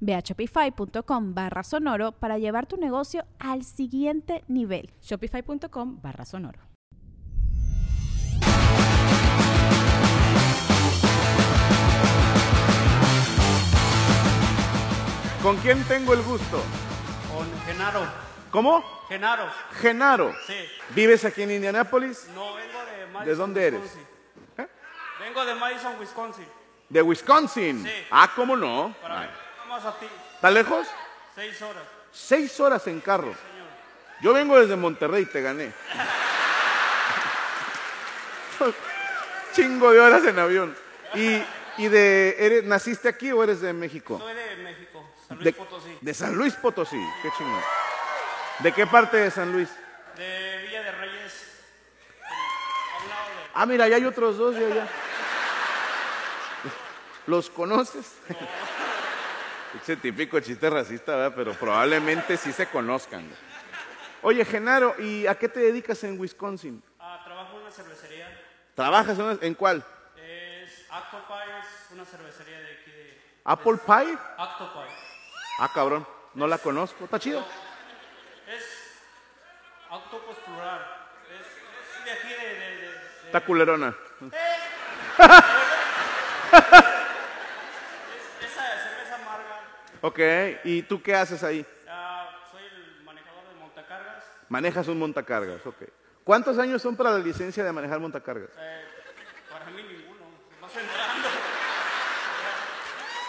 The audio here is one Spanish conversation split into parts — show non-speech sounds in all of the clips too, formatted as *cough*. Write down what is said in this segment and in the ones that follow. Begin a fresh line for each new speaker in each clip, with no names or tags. Ve a shopify.com barra sonoro para llevar tu negocio al siguiente nivel.
Shopify.com barra sonoro.
¿Con quién tengo el gusto?
Con Genaro.
¿Cómo?
Genaro.
Genaro.
Sí.
¿Vives aquí en Indianápolis?
No, vengo de Madison,
¿De dónde eres?
Wisconsin. Vengo de Madison, Wisconsin.
De Wisconsin.
Sí.
Ah, ¿cómo no?
Para
Ay.
Vamos a ti.
¿Está lejos?
Seis horas.
Seis horas en carro. Yo vengo desde Monterrey, te
*laughs*
gané. Chingo de horas en avión. ¿Y, y de, eres- naciste aquí o eres de México?
Soy de México, San Luis
de,
Potosí.
de San Luis Potosí. Qué chingón. ¿De qué parte de San Luis?
De Villa de Reyes. A un lado de-
Ah, mira, ya hay otros dos de allá. ¿Los conoces? Ese típico chiste racista, ¿verdad? Pero probablemente sí se conozcan. güey. Oye, Genaro, ¿y a qué te dedicas en Wisconsin?
ah, trabajo en una cervecería.
¿Trabajas en, una- en cuál?
Es Actopie, es una cervecería de aquí de...
¿Apple Pie?
Actopie.
Ah, cabrón, no la conozco. ¿Está chido?
Es Octopus plural. Es, es de aquí de... de, de- de-
Está culerona.
esa cerveza amarga.
Ok, ¿y tú qué haces ahí?
Ah, soy el manejador de montacargas.
Manejas un montacargas, ok. ¿Cuántos años son para la licencia de manejar montacargas?
Para mí ninguno. Vas entrando.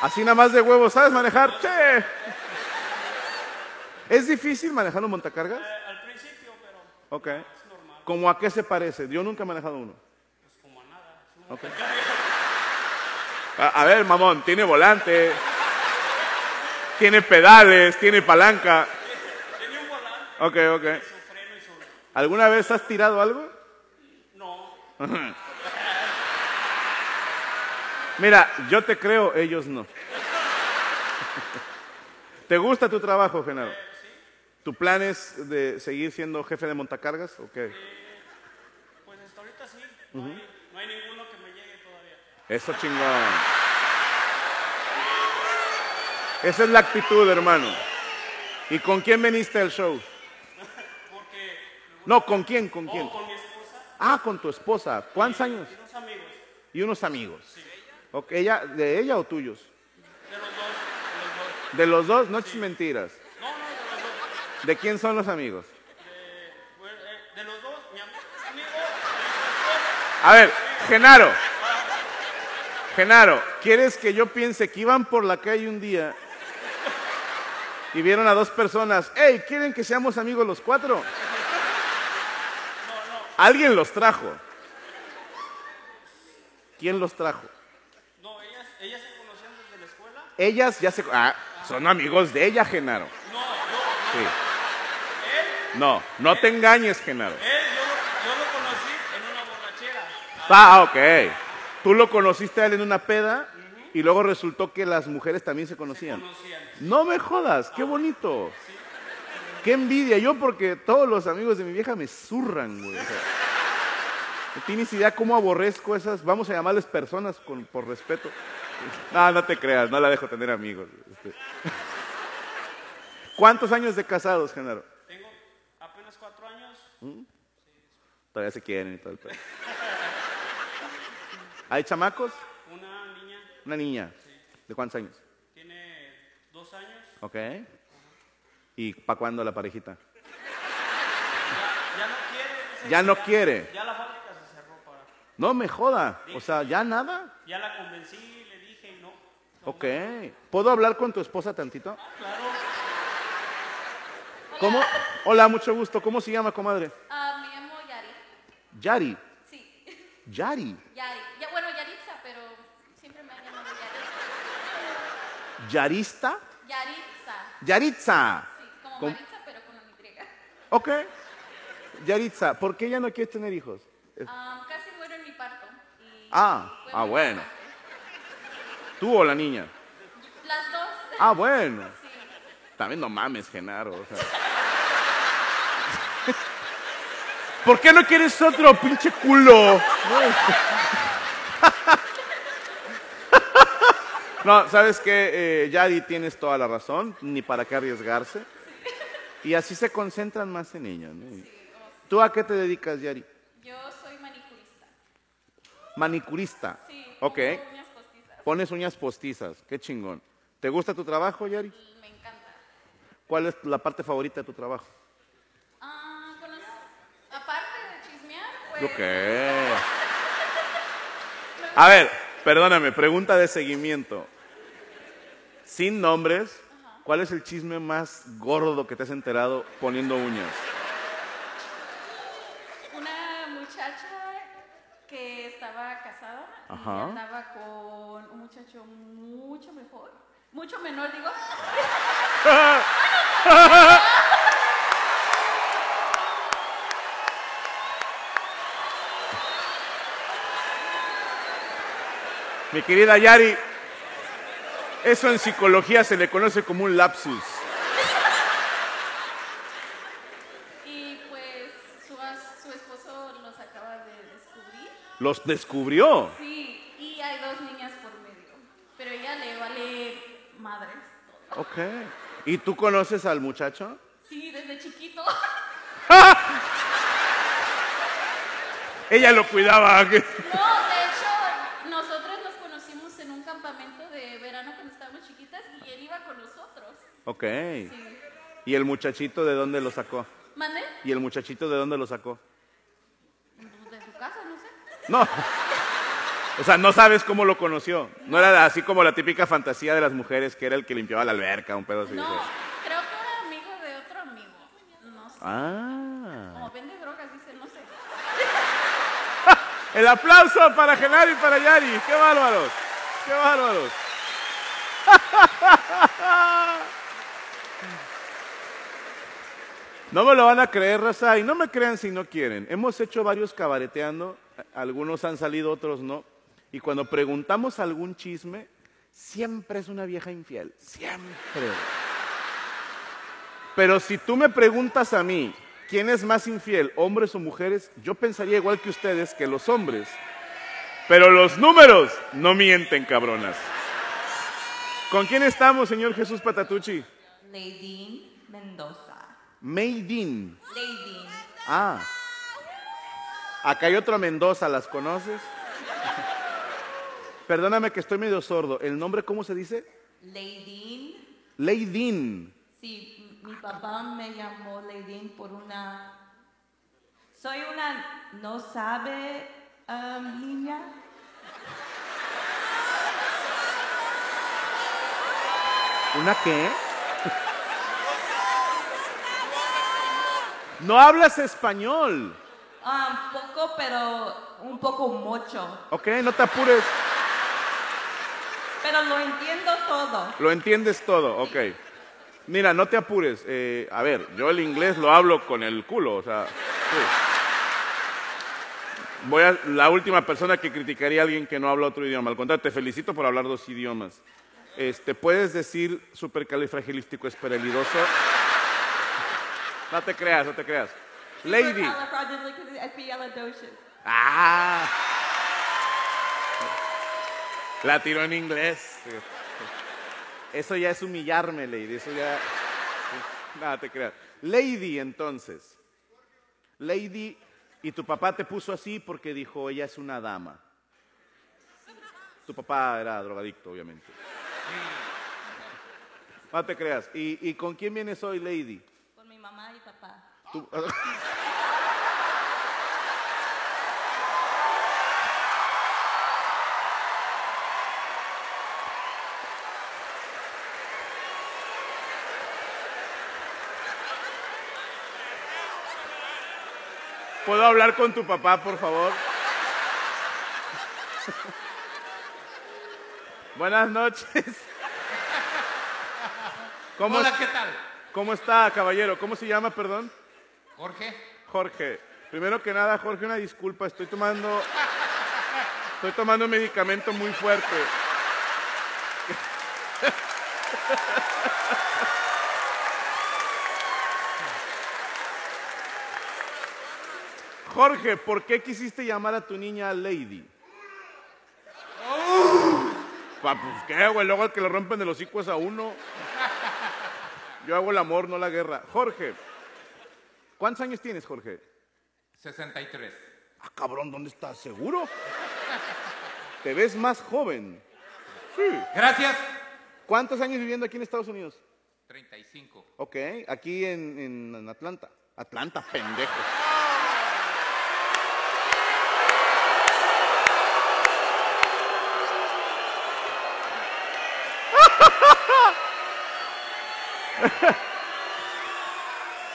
Así nada más de huevo, ¿sabes manejar? ¡Che! ¿Es difícil manejar un montacargas?
Eh, al principio, pero
Ok. ¿Cómo a qué se parece? Yo nunca he manejado uno.
pues como a nada. Es un
Ok.
montacargas.
A, a ver, mamón, tiene volante, tiene pedales, tiene palanca.
Tenía un volante,
Ok, ok.
su freno y su...
¿Alguna vez has tirado algo?
No.
*laughs* Mira, yo te creo, ellos no. *laughs* ¿Te gusta tu trabajo, Genaro? ¿Tu plan es de seguir siendo jefe de montacargas? Ok.
Pues hasta ahorita sí. No, hay, no hay ninguno que me llegue todavía.
Eso chingón. Esa es la actitud, hermano. ¿Y con quién veniste al show?
Porque...
No, ¿con quién? ¿Con
O
quién?
con mi esposa
Ah, con tu esposa. ¿Cuántos años?
y unos amigos.
Y unos amigos. Ok, ¿Ella, ¿De ella o tuyos?
De los dos. De los dos.
De los dos, no eches mentiras.
No, no, de los dos.
¿De quién son los amigos?
Bueno, eh, de los dos, mi am- amigo.
A ver, Genaro. Genaro, ¿quieres que yo piense que iban por la calle un día y vieron a dos personas? ¡Ey! ¿Quieren que seamos amigos los cuatro? Alguien los trajo. ¿Quién los trajo?
No, ellas, ellas se conocían desde la escuela.
Ellas ya se... Ah, son amigos de ella, Genaro.
No, yo,
Sí. No, no te engañes, Genaro.
él, Eh, yo, lo- yo lo conocí en una borrachera.
Ah, ok. Tú lo conociste a él en una peda y luego resultó que las mujeres también se conocían.
Conocían.
No me jodas, qué bonito. Qué envidia. Yo porque todos los amigos de mi vieja me zurran, güey. o sea, no tienes idea cómo aborrezco esas, vamos a llamarles personas con, por respeto. No, no te creas, no la dejo tener amigos. este. ¿Cuántos años de casados, Genaro?
Tengo apenas cuatro años.
Todavía se quieren y todo el pedo. ¿Hay chamacos?
Una niña
Una niña. ¿De cuántos años?
tiene dos años.
Ok. ¿Y para cuándo la parejita?
Ya no quiere. dice
Ya
que
no quiere.
Ya la fábrica
No me joda. O sea, ¿ya nada?
Ya la convencí, le dije no.
Ok. ¿Puedo hablar con tu esposa tantito?
Claro,
¿Cómo? Hola, mucho gusto. ¿Cómo se llama, comadre?
Ah, me llamo Yari.
Yari.
Sí,
Yari.
Yari. Ya, bueno, Yaritza, pero siempre me han llamado Yari.
Yarista.
Yaritza.
Yaritza.
Sí, como
¿Cómo?
Maritza, pero con la Y.
Ok. Yaritza, ¿por qué ya no quieres tener hijos?
Ah, casi muero en mi parto. y
Ah,
fue
ah,
muy
bueno.
traumático.
¿Tú o la niña?
Las dos.
Ah, bueno.
Sí.
También no mames, Genaro. o sea. *laughs* ¿Por qué no quieres otro pinche culo? *laughs* No, sabes que Yadi tienes toda la razón, ni para qué arriesgarse. Y así se concentran más en ella. ¿no? ¿Tú a qué te dedicas, Yari?
Yo soy manicurista.
Manicurista.
Sí.
Ok.
pongo uñas postizas.
Pones uñas postizas. Qué chingón. ¿Te gusta tu trabajo, Yari?
Me encanta.
¿Cuál es la parte favorita de tu trabajo?
Ah, conoces- Aparte de chismear, pues.
Ok. A ver, perdóname, pregunta de seguimiento. Sin nombres, ¿cuál es el chisme más gordo que te has enterado poniendo uñas?
Una muchacha que estaba casada
Ajá.
y andaba con un muchacho mucho mejor, mucho menor, digo.
Mi querida Yari, eso en psicología se le conoce como un lapsus.
Y pues su, as- su esposo los acaba de descubrir.
Los descubrió.
Sí, y hay dos niñas por medio. Pero ella le vale madres. todo.
Ok. ¿Y tú conoces al muchacho?
Sí, desde chiquito. *laughs*
Ella lo cuidaba. *laughs*
No, de hecho, nosotros nos conocimos en un campamento de verano cuando estábamos chiquitas y él iba con nosotros.
Ok.
Sí.
¿Y el muchachito de dónde lo sacó?
¿Mande?
¿Y el muchachito de dónde lo sacó?
Pues, De su casa, no sé.
No. O sea, no sabes cómo lo conoció. No era así como la típica fantasía de las mujeres que era el que limpiaba la alberca, un pedo así.
no,
¿sí?
creo que era amigo de otro amigo. No sé.
Ah.
Como vende drogas, dice, no sé.
El aplauso para Genaro y para Yari. ¡Qué bárbaros! ¡Qué bárbaros! *laughs* No me lo van a creer, Raza, y no me crean si no quieren. Hemos hecho varios cabareteando, algunos han salido, otros no. Y cuando preguntamos algún chisme, siempre es una vieja infiel, siempre. Pero si tú me preguntas a mí, ¿quién es más infiel, hombres o mujeres? Yo pensaría igual que ustedes que los hombres. Pero los números no mienten, cabronas. ¿Con quién estamos, señor Jesús Patatucci?
Lady Mendoza.
Maydin.
Lady.
Ah. Acá hay otro Mendoza, ¿las conoces? *laughs* Perdóname que estoy medio sordo. ¿El nombre cómo se dice?
Lady.
Leidin.
Sí, mi papá me llamó Lady por una... Soy una... No sabe um, niña.
¿Una qué? No hablas español.
Ah, poco, pero un poco mucho.
Ok, no te apures.
Pero lo entiendo todo.
Lo entiendes todo, ok. Mira, no te apures. eh, a ver, yo el inglés lo hablo con el culo, o sea. sí. Voy a la última persona que criticaría a alguien que no habla otro idioma. Al contrario, te felicito por hablar dos idiomas. Este, puedes decir supercalifragilístico esperelidoso. No te creas, no te creas. Lady.
Supercalifragilisticexpialidocious.
Ah. La tiró en inglés. Eso ya es humillarme, Lady. Eso ya. Nada, te creas. Lady, entonces. Lady, y tu papá te puso así porque dijo, ella es una dama. Tu papá era drogadicto, obviamente. No te creas. ¿Y, y con quién vienes hoy, Lady?
Con mi mamá y papá.
Tú- ¿Puedo hablar con tu papá, por favor? Buenas noches. ¿Cómo,
Hola,
es-
¿qué tal?
¿Cómo está, caballero? ¿Cómo se llama, perdón?
Jorge.
Jorge. Primero que nada, Jorge, una disculpa. Estoy tomando. Estoy tomando un medicamento muy fuerte. Jorge, ¿por qué quisiste llamar a tu niña Lady? Pa, pues qué, güey. Luego el que le rompen de los hocico es a uno. Yo hago el amor, no la guerra. Jorge, ¿cuántos años tienes, Jorge?
63.
Ah, cabrón, ¿dónde estás? ¿Seguro? Te ves más joven. Sí.
Gracias.
¿Cuántos años viviendo aquí en Estados Unidos?
35.
Ok, aquí en, en- en Atlanta. Atlanta, pendejo. *laughs*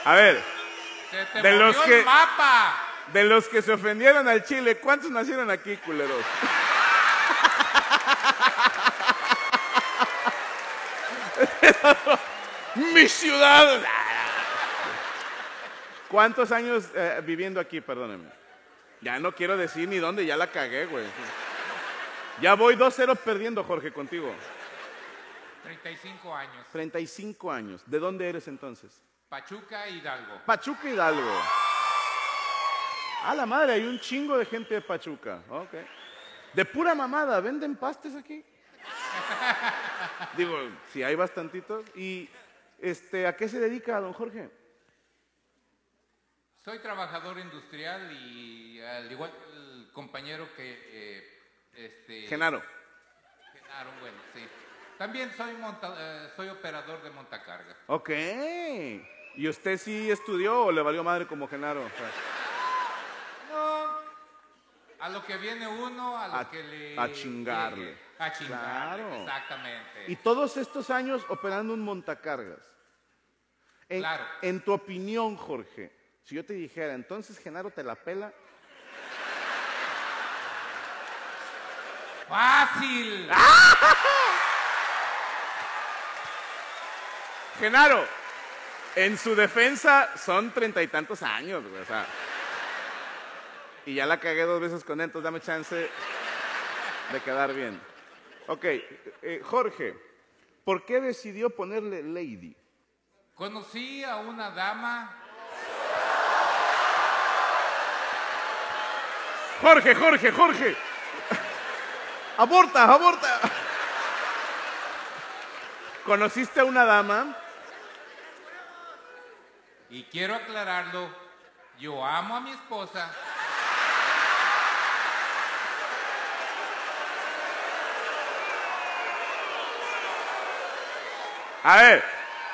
A ver,
Se te
De
movió
los
el
que-
mapa.
de los que se ofendieron al Chile, ¿cuántos nacieron aquí, culeros? *laughs* ¡Mi ciudad! ¿Cuántos años eh, viviendo aquí, perdónenme? Ya no quiero decir ni dónde, ya la cagué, güey. Ya voy 2-0 perdiendo, Jorge, contigo.
35 años.
35 años. ¿De dónde eres entonces?
Pachuca, Hidalgo.
Pachuca Hidalgo. A la madre, hay un chingo de gente de Pachuca. Ok. De pura mamada, ¿venden pastes aquí? Digo, si hay bastantitos. ¿Y este, a qué se dedica don Jorge?
Soy trabajador industrial y al igual que el compañero que... eh, este,
Genaro.
Genaro, bueno, sí. También soy, monta- eh, soy operador de montacarga.
Ok. ¿Y usted sí estudió o le valió madre como Genaro? O sea,
No, a lo que viene uno, a lo
A-
que le...
a chingarle.
llegue. A chingarle,
Claro.
exactamente.
Y todos estos años operando un montacargas. En,
Claro.
en tu opinión, Jorge, si yo te dijera, entonces Genaro te la pela,
¡Fácil!
¡Ah! Genaro, en su defensa son treinta y tantos años, güey, o sea. Y ya la cagué dos veces con él, entonces dame chance de quedar bien. Ok, eh, Jorge, ¿por qué decidió ponerle Lady?
Conocí a una dama.
Jorge, Jorge, Jorge. Aborta, aborta. Conociste a una dama,
Y quiero aclararlo, yo amo a mi esposa.
A ver,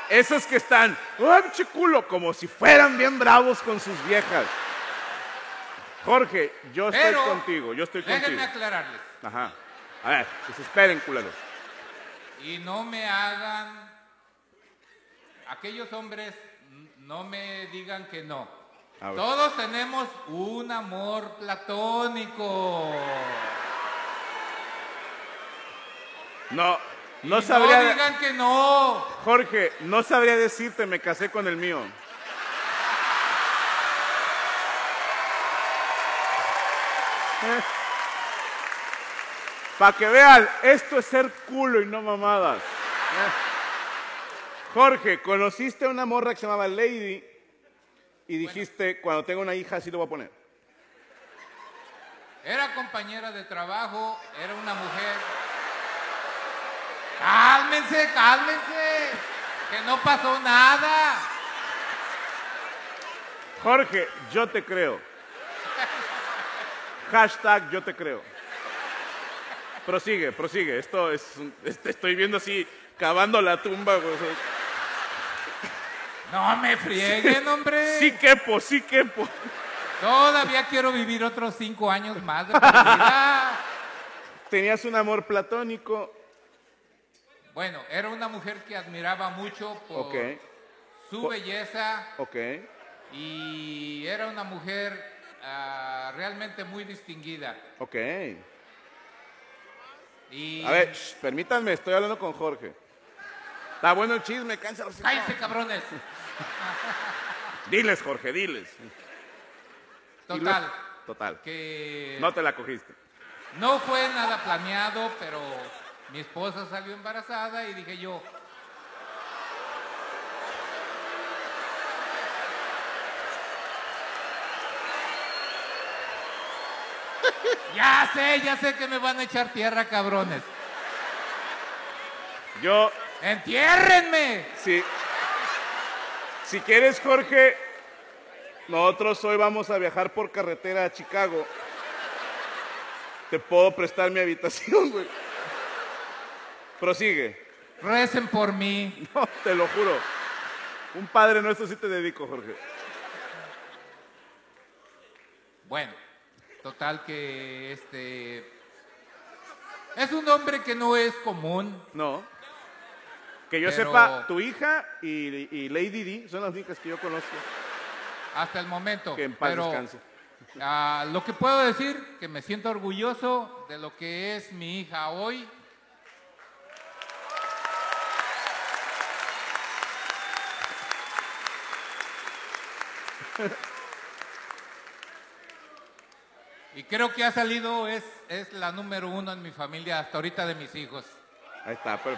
esos que están, ¡ah, pinche culo! Como si fueran bien bravos con sus viejas. Jorge, yo estoy
Pero
contigo, yo estoy
déjenme
contigo.
aclararles.
Ajá. A ver, que se esperen, culeros.
Y no me hagan... Aquellos hombres n- no me digan que no.
A ver.
Todos tenemos un amor platónico.
No,
Y
no sabría.
No digan que no.
Jorge, no sabría decirte, me casé con el mío. Para Eh. que vean, esto es ser culo y no mamadas. Eh. Jorge, conociste a una morra que se llamaba Lady y dijiste, cuando tenga una hija así lo voy a poner.
Era compañera de trabajo, era una mujer. Cálmense, cálmense, que no pasó nada.
Jorge, yo te creo. Hashtag yo te creo. Prosigue, prosigue. Esto es. un- este, estoy viendo así, cavando la tumba. güey. O sea,
No me frieguen,
*laughs*
hombre.
Sí quepo, sí quepo.
Todavía quiero vivir otros cinco años más de mi vida.
*laughs* Tenías un amor platónico.
Bueno, era una mujer que admiraba mucho por
Ok,
su
Po-
belleza
ok.
y era una mujer ah, realmente muy distinguida.
Ok.
Y...
A ver, shh, permítanme, estoy hablando con Jorge. Está bueno el chisme, cansa los
¡Cállense,
*laughs*
cabrones!
Diles, Jorge, diles.
Total,
Total.
que
No te la cogiste.
no fue nada planeado, pero mi esposa salió embarazada y dije yo, ya sé, ya sé que me van a echar tierra, cabrones.
Yo,
¡Entiérrenme!
si, si quieres, Jorge, nosotros hoy vamos a viajar por carretera a Chicago. Te puedo prestar mi habitación, güey. Prosigue.
Recen por mí.
No, te lo juro. Un padre nuestro sí te dedico, Jorge.
Bueno, total que este es un hombre que no es común.
No. Que yo
Pero-
sepa, tu hija y, y Lady D son las únicas que yo conozco.
hasta el momento.
Que en paz
pero,
descanse.
ah, lo que puedo decir, que me siento orgulloso de lo que es mi hija hoy. Y creo que ha salido, es, es la número uno en mi familia hasta ahorita de mis hijos.
Ahí está. pero-